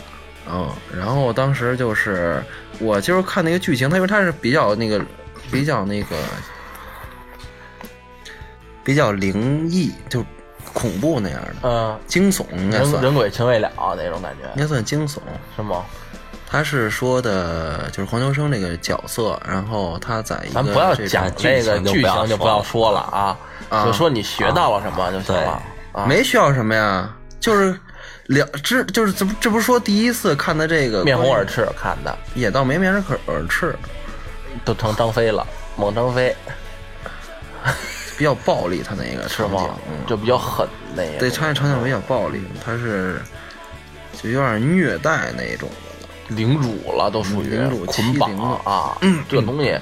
Speaker 4: 嗯，然后当时就是我就是看那个剧情，它因为它是比较那个比较那个比较灵异，就恐怖那样的
Speaker 2: 嗯，
Speaker 4: 惊悚，应该
Speaker 2: 人
Speaker 4: 算
Speaker 2: 人鬼情未了啊那种感
Speaker 4: 应
Speaker 2: 觉，
Speaker 4: 该算惊悚，
Speaker 2: 是吗？
Speaker 4: 他是说的，就是黄秋生这个角色，然后他在一个
Speaker 2: 咱不要
Speaker 4: 这种
Speaker 2: 讲
Speaker 3: 这
Speaker 2: 那
Speaker 3: 种
Speaker 2: 个剧
Speaker 3: 剧情就不要
Speaker 2: 情就不要说了啊，
Speaker 4: 啊
Speaker 2: 就说你学到了什么就行了。啊
Speaker 4: 没需要什么呀，就是了知就是这不这不是说第一次看的这个
Speaker 2: 面红耳
Speaker 4: 赤，
Speaker 2: 赤看的
Speaker 4: 也倒没面红耳耳赤，
Speaker 2: 都成张飞了，猛张飞
Speaker 4: 比较暴力，他那个
Speaker 2: 是
Speaker 4: 场景
Speaker 2: 吗，？
Speaker 4: 嗯，
Speaker 2: 就比较狠那个。
Speaker 4: 对，他那场景比较暴力，他是就有点虐待那种的了，
Speaker 2: 凌辱了，都属于
Speaker 4: 凌辱
Speaker 2: 捆绑
Speaker 4: 欺凌了嗯
Speaker 2: 啊。这个东西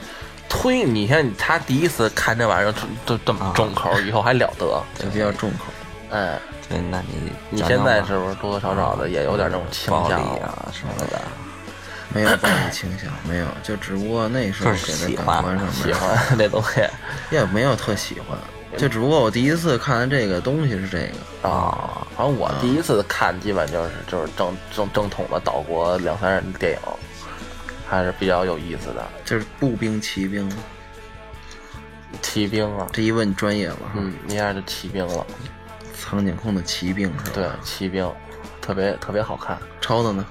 Speaker 2: 推，你看他第一次看这玩意儿就就这
Speaker 4: 啊
Speaker 2: 么重口，以后还了得？
Speaker 4: 就比较重口。
Speaker 2: 哎，
Speaker 3: 对，那你
Speaker 2: 你
Speaker 3: 讲
Speaker 2: 现
Speaker 3: 讲
Speaker 2: 在
Speaker 3: 吧啊
Speaker 2: 是不是多多少少的也有点那种倾
Speaker 3: 暴力
Speaker 2: 向？
Speaker 3: 啊什么的，
Speaker 4: 没有暴力倾向，没有，就只不过那时候
Speaker 3: 就是
Speaker 4: 给
Speaker 3: 喜
Speaker 4: 他
Speaker 3: 欢
Speaker 4: 感官上面
Speaker 2: 喜 欢这东
Speaker 3: 啊
Speaker 2: 西
Speaker 4: 也没有特喜欢，就只不过我第一次看的这个东西是这个，
Speaker 2: 啊！反正我第一次看，基本就是就是正正正统的岛国两三人的电影，还是比较有意思的。
Speaker 4: 就是步兵、骑兵。
Speaker 2: 骑兵啊，
Speaker 4: 这一问你专业了哈，
Speaker 2: 嗯，一下就骑兵了。
Speaker 4: 苍井空的骑兵是吧？
Speaker 2: 对，，骑兵特别特别好看。
Speaker 4: 超的呢？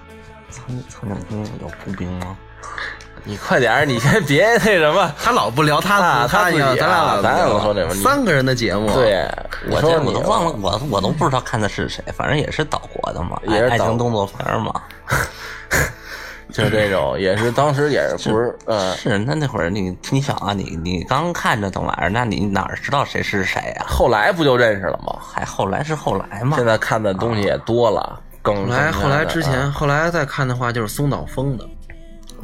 Speaker 3: 苍苍井空有步兵吗？
Speaker 2: 你快点儿，你先别那什么。
Speaker 4: 他老不聊他
Speaker 2: 啊他自己啊
Speaker 4: 咱俩老
Speaker 2: 咱俩
Speaker 4: 不
Speaker 2: 老说这个你
Speaker 4: 三个人的节目，，啊
Speaker 2: 对，你
Speaker 3: 我
Speaker 2: 说
Speaker 3: 这
Speaker 2: 你啊
Speaker 3: 我都忘了，我我都不知道看的是谁，反正也是岛国的嘛，
Speaker 2: 也是
Speaker 3: 爱爱
Speaker 2: 岛国
Speaker 3: 情动作片儿嘛。
Speaker 2: 就是这种，也是当时也是不是呃，
Speaker 3: 是，那那会儿你你想啊，你你刚看这等玩意儿，那你哪儿知道谁是谁啊？
Speaker 2: 后来不就认识了吗？
Speaker 3: 还后来是后来嘛
Speaker 2: 现？在看的东西也多了，更
Speaker 4: 后来
Speaker 2: 更
Speaker 4: 后来
Speaker 2: 加的
Speaker 4: 之前
Speaker 2: 啊
Speaker 4: 后来再看的话就是松岛枫的，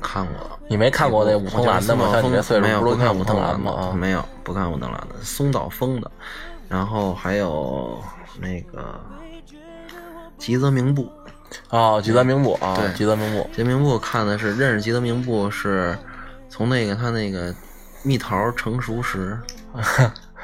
Speaker 4: 看过。
Speaker 2: 你没看过那武
Speaker 4: 我
Speaker 2: 藤
Speaker 4: 觉得
Speaker 2: 兰的
Speaker 4: 松
Speaker 2: 吗？
Speaker 4: 岛
Speaker 2: 像你
Speaker 4: 枫
Speaker 2: 这岁
Speaker 4: 没
Speaker 2: 数
Speaker 4: 有
Speaker 2: 不
Speaker 4: 不
Speaker 2: 都看
Speaker 4: 看
Speaker 2: 武
Speaker 4: 武
Speaker 2: 藤
Speaker 4: 藤
Speaker 2: 兰
Speaker 4: 兰
Speaker 2: 吗？
Speaker 4: 的，
Speaker 2: 啊
Speaker 4: 没有不看武藤兰的，松岛枫的，然后还有那个吉泽明步。
Speaker 2: 哦，吉泽明步啊，
Speaker 4: 对
Speaker 2: 吉泽明步
Speaker 4: 吉明步看的是认识吉德明步是从那个他那个蜜桃成熟时，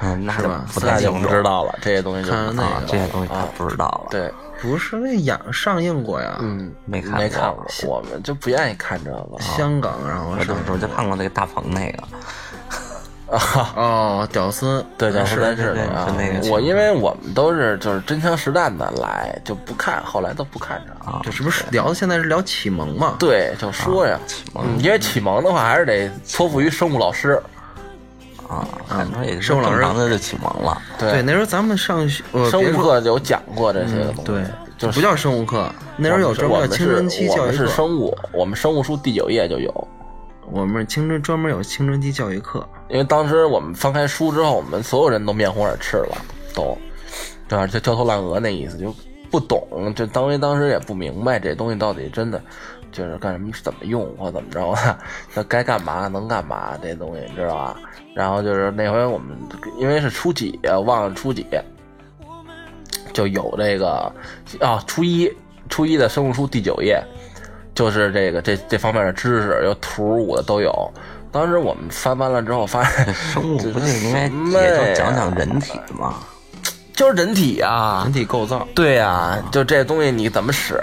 Speaker 3: 嗯，那
Speaker 4: 是
Speaker 3: 就
Speaker 4: 吧
Speaker 3: 不
Speaker 2: 那
Speaker 3: 太
Speaker 2: 就
Speaker 3: 清
Speaker 2: 不
Speaker 3: 楚
Speaker 2: 知道了，这些东西就
Speaker 4: 看
Speaker 2: 不
Speaker 4: 看
Speaker 2: 知道
Speaker 4: 那
Speaker 3: 啊
Speaker 4: 个，
Speaker 3: 这些东西太不知道了。，
Speaker 2: 对，
Speaker 4: 不是那演上映过呀？
Speaker 2: 嗯，
Speaker 3: 没看
Speaker 2: 没
Speaker 3: 过
Speaker 2: 看过，我们就不愿意看这个
Speaker 4: 香港然后
Speaker 3: 我就
Speaker 4: 上映
Speaker 3: 我就看过那个大鹏那个，
Speaker 2: 啊。
Speaker 4: 哦，屌丝
Speaker 2: 对，对，
Speaker 4: 是
Speaker 2: 是
Speaker 4: 的
Speaker 2: 是
Speaker 3: 对
Speaker 2: 啊
Speaker 3: 是那个
Speaker 2: 我因为我们都是就是真枪实弹的来，就不看，后来都不看这啊。
Speaker 4: 这是不是聊现在是聊启蒙嘛？
Speaker 3: 啊
Speaker 2: 嗯对，就说呀，嗯，因为启蒙的话还是得托付于生物老师，
Speaker 3: 啊，感觉也是
Speaker 4: 受
Speaker 3: 正
Speaker 4: 老师
Speaker 3: 常的就启蒙了。
Speaker 4: 对，那时候咱们上学，呃
Speaker 2: 生
Speaker 4: 别
Speaker 2: 物
Speaker 4: 说嗯
Speaker 2: 课有讲过这些个东西，
Speaker 4: 对，
Speaker 2: 就是
Speaker 4: 不叫生物课，那时候有专
Speaker 2: 我
Speaker 4: 门
Speaker 2: 们是
Speaker 4: 叫青春期
Speaker 2: 我
Speaker 4: 教
Speaker 2: 们
Speaker 4: 育
Speaker 2: 是
Speaker 4: 课，
Speaker 2: 生物，我们生物书第九页就有。
Speaker 4: 我们青春专门有青春期教育课，
Speaker 2: 因为当时我们翻开书之后，我们所有人都面红耳赤了，都，对吧？就焦头烂额那意思，就不懂，就当为当时也不明白这东西到底真的就是干什么、怎么用或怎么着的，那该干嘛能干嘛这东西，你知道吧？然后就是那回我们因为是初几，啊忘了初几，就有这个啊，初一初一的生物书第九页，就是这个这这方面的知识，有图我的都有。当时我们翻完了之后，发现
Speaker 3: 生物不就应该
Speaker 2: 什么
Speaker 3: 也就
Speaker 2: 呀
Speaker 3: 讲讲人体嘛？
Speaker 2: 就是人体啊
Speaker 4: 人，体构造，
Speaker 2: 对呀、就这东西你怎么使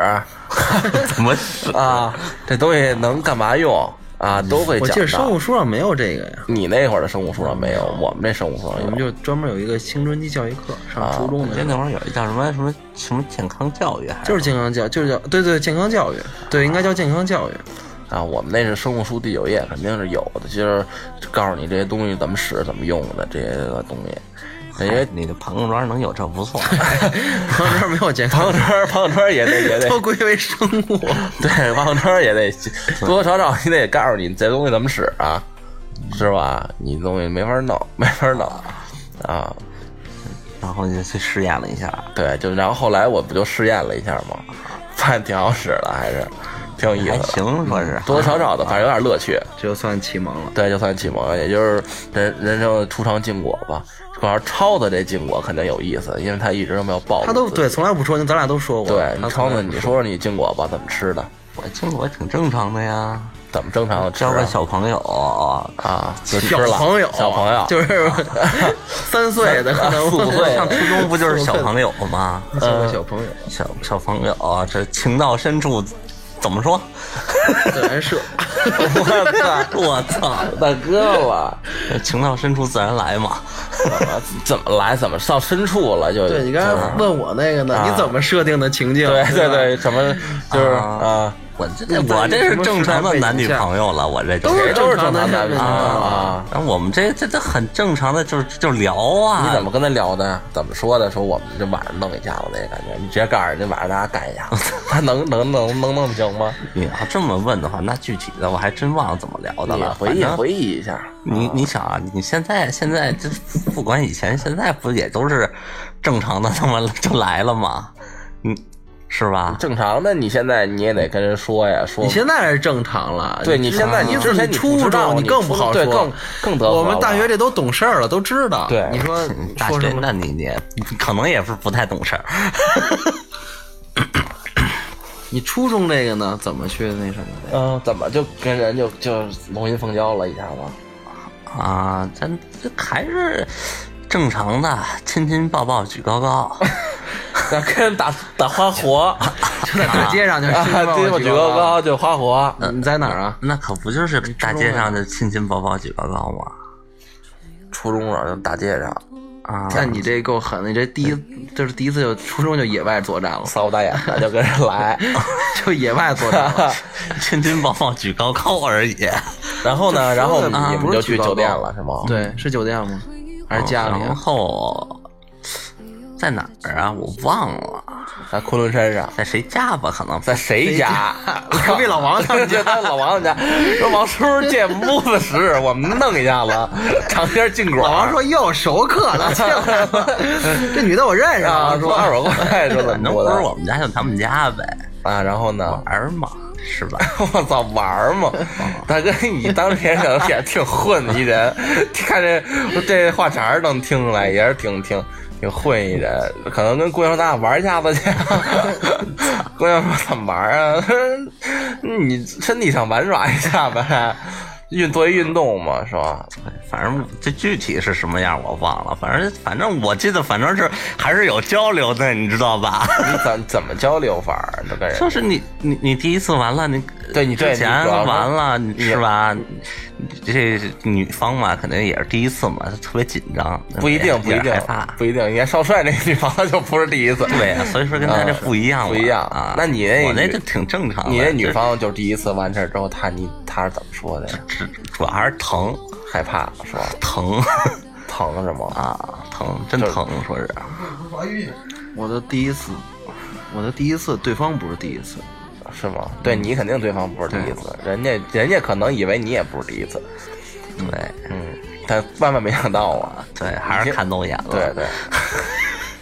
Speaker 3: 怎么
Speaker 2: 啊？这东西能干嘛用啊？都会
Speaker 4: 我
Speaker 2: 讲
Speaker 4: 记得生
Speaker 2: 到。
Speaker 4: 物书上没有这个呀，
Speaker 2: 你那会儿的生物书上没有，我们这生物书
Speaker 4: 我
Speaker 2: 上
Speaker 4: 们
Speaker 2: 有。
Speaker 4: 就专门有一个青春期教育课，上初中
Speaker 3: 我
Speaker 4: 的
Speaker 3: 记
Speaker 4: 时
Speaker 3: 得
Speaker 2: 啊
Speaker 4: 候。
Speaker 3: 那会儿有一叫什么什么什么健康教育，还
Speaker 4: 就是健康教，就是叫对对健康教育，对应该叫健康教育。
Speaker 2: 啊，我们那是生物书第九页，肯定是有的，就是告诉你这些东西怎么使、怎么用的这些个东西。因为
Speaker 3: 哎你的膀胱庄能有这不错。
Speaker 4: 朋友圈没有健康
Speaker 2: 胖，墩胖墩也得也得
Speaker 4: 都归为生物。
Speaker 2: 对，王车也得
Speaker 4: 嗯
Speaker 2: 多多少少你得告诉你这东西怎么使啊，是吧？你东西没法弄，没法弄啊。
Speaker 3: 然后就去试验了一下，
Speaker 2: 对，就然后后来我不就试验了一下吗？发现挺好使的，还是挺有意
Speaker 3: 还
Speaker 2: 思的，
Speaker 3: 行，说是
Speaker 2: 嗯多多少少的，反正有点乐趣。
Speaker 4: 就算启蒙了。
Speaker 2: 对，就算启蒙，也就是人人生的初尝禁果吧。主要是超子这禁果肯定有意思，因为他一直都没有暴露
Speaker 4: 他都
Speaker 2: 自己
Speaker 4: 对，从来不说，咱俩都说过。
Speaker 2: 对，
Speaker 4: 他
Speaker 2: 超
Speaker 4: 从来
Speaker 2: 子，
Speaker 4: 不
Speaker 2: 你说说你禁果吧，怎么吃的？
Speaker 3: 我经过挺正常的呀，
Speaker 2: 怎么正常的吃
Speaker 3: 交
Speaker 2: 啊？
Speaker 3: 个小朋友，
Speaker 2: 啊，就吃
Speaker 4: 小
Speaker 2: 了
Speaker 4: 朋友，
Speaker 2: 小朋友
Speaker 4: 就是 三岁的，可能嗯
Speaker 2: 四五岁
Speaker 3: 上初中不就是
Speaker 2: 啊
Speaker 3: 小朋友吗？
Speaker 4: 交个小朋友，
Speaker 3: 小小朋友，啊这情到深处，怎么说？
Speaker 4: 自然社，
Speaker 2: 啊
Speaker 3: 我操，
Speaker 2: 大哥了。
Speaker 3: 情到深处自然来嘛。
Speaker 2: 怎么来，怎么到深处了就
Speaker 4: 对你刚才问我那个呢，你怎么设定的情境？
Speaker 2: 嗯啊对
Speaker 4: 对
Speaker 2: 对
Speaker 4: 吧，
Speaker 2: 对，什么就是啊，
Speaker 3: 我这我这是正常的男女朋友了，我这就
Speaker 4: 都是
Speaker 2: 都是正常
Speaker 4: 正常
Speaker 2: 男女
Speaker 4: 的啊
Speaker 2: 啊。
Speaker 3: 然后我们这这这很正常的，就是就聊啊。
Speaker 2: 你怎么跟他聊的呀？怎么说的？说我们这晚上弄一下子那感觉，你直接告诉人家晚上大家干一下，他能能能能弄行吗？
Speaker 3: 你要这么问的话，那具体的我还真忘了怎么聊的
Speaker 2: 你
Speaker 3: 了。
Speaker 2: 回忆
Speaker 3: 反正
Speaker 2: 回忆一下，
Speaker 3: 你你想啊，你现在现在这不管以前现在不也都是正常的，他妈就来了吗？嗯，是吧？
Speaker 2: 正常的，你现在你也得跟人说呀，说
Speaker 4: 你现在是正常了。
Speaker 2: 对你现在你之
Speaker 4: 是
Speaker 2: 前
Speaker 4: 你初
Speaker 2: 不知道
Speaker 4: 中，
Speaker 2: 你
Speaker 4: 更不好
Speaker 2: 对
Speaker 4: 说，
Speaker 2: 更更得
Speaker 4: 我
Speaker 2: 不
Speaker 4: 们
Speaker 2: 了
Speaker 4: 大学这都懂事儿了，都知道。
Speaker 2: 对
Speaker 4: 你说
Speaker 3: 嗯大
Speaker 4: 说
Speaker 3: 学
Speaker 4: 什，么？
Speaker 3: 那你你可能也是不太懂事儿。
Speaker 4: 你初中这个呢，怎么去那什么的？
Speaker 2: 嗯，怎么就跟人就就龙吟凤娇了一下吗？
Speaker 3: 啊，咱这还是正常的，亲亲抱抱举高高，
Speaker 2: 那 跟人打打花活，
Speaker 4: 在大街 上就
Speaker 2: 啊， 对我举高
Speaker 4: 高。
Speaker 2: 高就花活，
Speaker 4: 你在哪儿啊？
Speaker 3: 那可不就是大街上就亲亲抱抱举高高吗？
Speaker 2: 初中了，大街上
Speaker 3: 啊，
Speaker 4: 那你这够狠的，你这第一就是第一次就初中就野外作 战了，
Speaker 2: 扫我大眼的就跟人 来，
Speaker 4: 就野外作战了。
Speaker 3: 亲亲抱抱举高高而已。
Speaker 2: 然后呢，然后你
Speaker 4: 啊
Speaker 2: 们就去酒店了是吗？，
Speaker 4: 对，是酒店吗？还是家里啊
Speaker 3: 然？后在哪儿啊？我忘了，
Speaker 2: 在昆仑山上，
Speaker 3: 在啊谁家吧？可能
Speaker 2: 在谁家？
Speaker 4: 隔壁老王他 们
Speaker 2: 就在老王家，说王叔借木子石，我们弄一下子，尝些禁果。
Speaker 4: 老王说：“哟，熟客 了，进来了。这女的我认识
Speaker 2: 啊，
Speaker 4: 啊，
Speaker 2: 说二手快说怎么
Speaker 3: 反正
Speaker 2: 着
Speaker 3: 不是
Speaker 2: 的
Speaker 3: 我们家就他们家呗，
Speaker 2: 啊？然后呢
Speaker 3: 玩？儿嘛，是吧？
Speaker 2: 我操，玩儿嘛！大哥，你当时也可能也挺混一人， 看这这话茬儿能听出来，也是挺挺挺混一人，可能跟姑娘咱俩玩一下子去。 姑娘说怎么玩儿啊？ 你身体上玩耍一下呗，运作为运动嘛，是吧？
Speaker 3: 反正这具体是什么样我忘了，反正反正我记得，反正是还是有交流的，你知道吧？
Speaker 2: 你怎怎么交流法儿？这跟人
Speaker 3: 就是你你你第一次完了，你
Speaker 2: 对你对
Speaker 3: 之前
Speaker 2: 你主要是
Speaker 3: 完了你是吧？这女方嘛，肯定也是第一次嘛，特别紧张，
Speaker 2: 不一定，不
Speaker 3: 有
Speaker 2: 一
Speaker 3: 点
Speaker 2: 定
Speaker 3: 害怕，，
Speaker 2: 不一定。你看少帅那女朋友就不是第一次，
Speaker 3: 对啊，所以说跟他这不一样嘛，
Speaker 2: 嗯不一样
Speaker 3: 啊。
Speaker 2: 那你那
Speaker 3: 我那
Speaker 2: 女
Speaker 3: 就挺正常的，
Speaker 2: 你那
Speaker 3: 就
Speaker 2: 女
Speaker 3: 是
Speaker 2: 方就是第一次完事儿之后，她你他是怎么说的呀？
Speaker 3: 只主要还是疼，
Speaker 2: 害怕是吧？
Speaker 3: 疼
Speaker 2: 疼是吗？
Speaker 3: 啊，疼，真疼，说是
Speaker 4: 我都第一次，我都第一次，对方不是第一次，
Speaker 2: 是吗？对你肯定对方不是第一次，人家人家可能以为你也不是第一次，
Speaker 3: 对
Speaker 2: 嗯，但万万没想到啊，
Speaker 3: 对，还是看走眼了，
Speaker 2: 对对，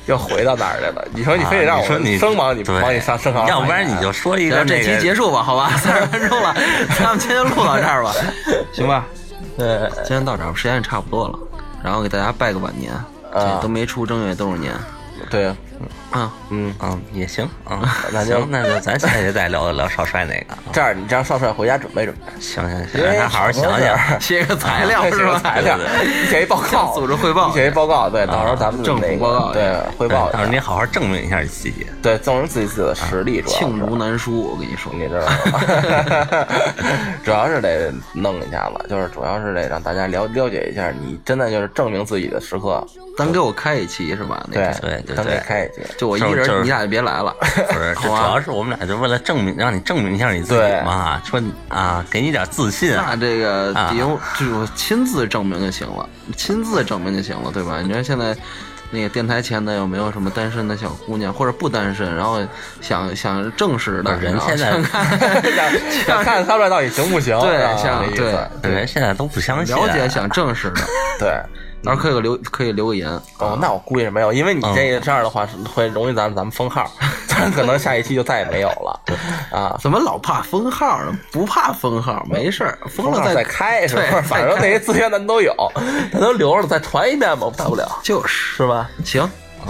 Speaker 2: 又回到哪儿去了？你说你
Speaker 3: 啊。
Speaker 2: 非得让我
Speaker 3: 你说你
Speaker 2: 生往你
Speaker 3: 对
Speaker 2: 往你上升好，
Speaker 3: 要不然你就说一个
Speaker 4: 这
Speaker 3: 那
Speaker 4: 期
Speaker 3: 个
Speaker 4: 结束吧，好吧，三十分钟了，咱们今天就录到这儿吧， 行吧？
Speaker 2: 对
Speaker 4: 今天到这儿，时间也差不多了，然后给大家拜个晚年，这都没出正月都是年
Speaker 2: 对，
Speaker 4: 啊，
Speaker 2: 嗯，
Speaker 3: 嗯也行， 嗯，
Speaker 2: 那就
Speaker 3: 行，那就咱下去再聊一聊少帅那个，啊
Speaker 2: 这样你这样少帅回家准备准备，
Speaker 3: 行行行，
Speaker 2: 因为
Speaker 3: 让他好好想想。
Speaker 4: 写啊个材料是
Speaker 2: 写 个
Speaker 4: 吧？
Speaker 2: 材料，你写一报告，
Speaker 4: 组织汇报
Speaker 2: 你写一报告，对，到时候咱们
Speaker 4: 政府
Speaker 2: 那个
Speaker 4: 报告
Speaker 2: 对，汇报一
Speaker 3: 到时候
Speaker 2: 下，
Speaker 3: 你好好证明一下你自 己。
Speaker 2: 对，证明自己自己的实力，主要是嗯
Speaker 4: 罄竹难书，我跟你说，
Speaker 2: 你知道吗？ 主要是得弄一下子，就是主要是得让大家了了解一下，你真的就是证明自己的时刻。
Speaker 4: 单给我开一期是吧？那
Speaker 2: 对
Speaker 4: 个，
Speaker 3: 对对
Speaker 2: 咱得
Speaker 3: 对
Speaker 2: 开一节。
Speaker 4: 就我一
Speaker 3: 就是就
Speaker 4: 人，
Speaker 3: 是
Speaker 4: 你俩就别来了。
Speaker 3: 不是，这主要是我们俩就为了证明，让你证明一下你自己
Speaker 2: 啊对
Speaker 3: 嘛，说你啊，给你点自信啊。
Speaker 4: 那这个
Speaker 3: 啊
Speaker 4: 得用，就是我亲自证明就行了，亲自证明就行了，对吧？你说现在那个电台前的有没有什么单身的小姑娘，或者不单身，然后想想正式的
Speaker 3: 人
Speaker 4: 然后
Speaker 3: 现在
Speaker 4: 想看
Speaker 2: 想看看他们到底行不行？
Speaker 4: 对
Speaker 2: 是吧
Speaker 4: 像
Speaker 2: 这意
Speaker 4: 对
Speaker 2: 思。
Speaker 3: 人现在都不相信，啊
Speaker 4: 了解想正式的，
Speaker 2: 对。
Speaker 4: 到时候可以留可以留个言。
Speaker 2: 哦，那我估计是没有，因为你这个这样的话是会容易咱咱们封号，咱可能下一期就再也没有了啊。
Speaker 4: 怎么老怕封号呢？不怕封号，没事儿，封
Speaker 2: 号
Speaker 4: 了
Speaker 2: 再开是不是？
Speaker 4: 对
Speaker 2: 反正那些资源咱都有，咱都留着了，再传一遍吧，大不了
Speaker 4: 就是
Speaker 2: 是吧？
Speaker 4: 行。
Speaker 2: 啊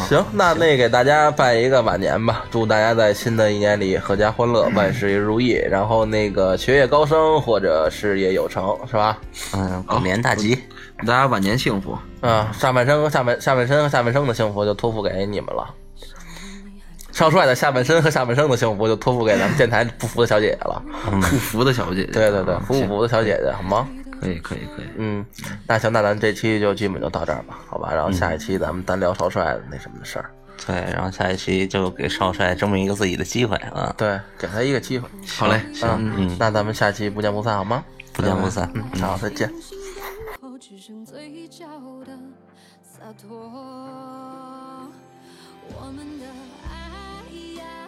Speaker 2: 行，那那给大家拜一个晚年吧，祝大家在新的一年里阖家欢乐，万事如意，然后那个学业高升或者事业有成，是吧？
Speaker 3: 嗯，
Speaker 2: 哦
Speaker 3: 狗年大吉，
Speaker 4: 大家晚年幸福，
Speaker 2: 嗯，上半身和下半下半身和下半身的幸福就托付给你们了。少帅的下半身和下半身的幸福就托付给咱们电台不服的小姐姐了。
Speaker 4: 不服的小姐姐。
Speaker 2: 对对对，
Speaker 4: 啊
Speaker 2: 服不服的小姐姐，好吗？
Speaker 4: 可以可以可以。
Speaker 2: 嗯，那行，那咱这期就基本就到这儿吧，好吧？然后下一期咱们单聊少帅的那什么的事儿。
Speaker 3: 对，然后下一期就给少帅证明一个自己的机会啊，
Speaker 2: 对，给他一个机会。
Speaker 4: 好嘞，
Speaker 2: 嗯，嗯那咱们下期不见不散，好吗？
Speaker 3: 不见不散。
Speaker 2: 嗯，好，再见。
Speaker 5: 后只剩嘴角的洒脱。我们的爱呀，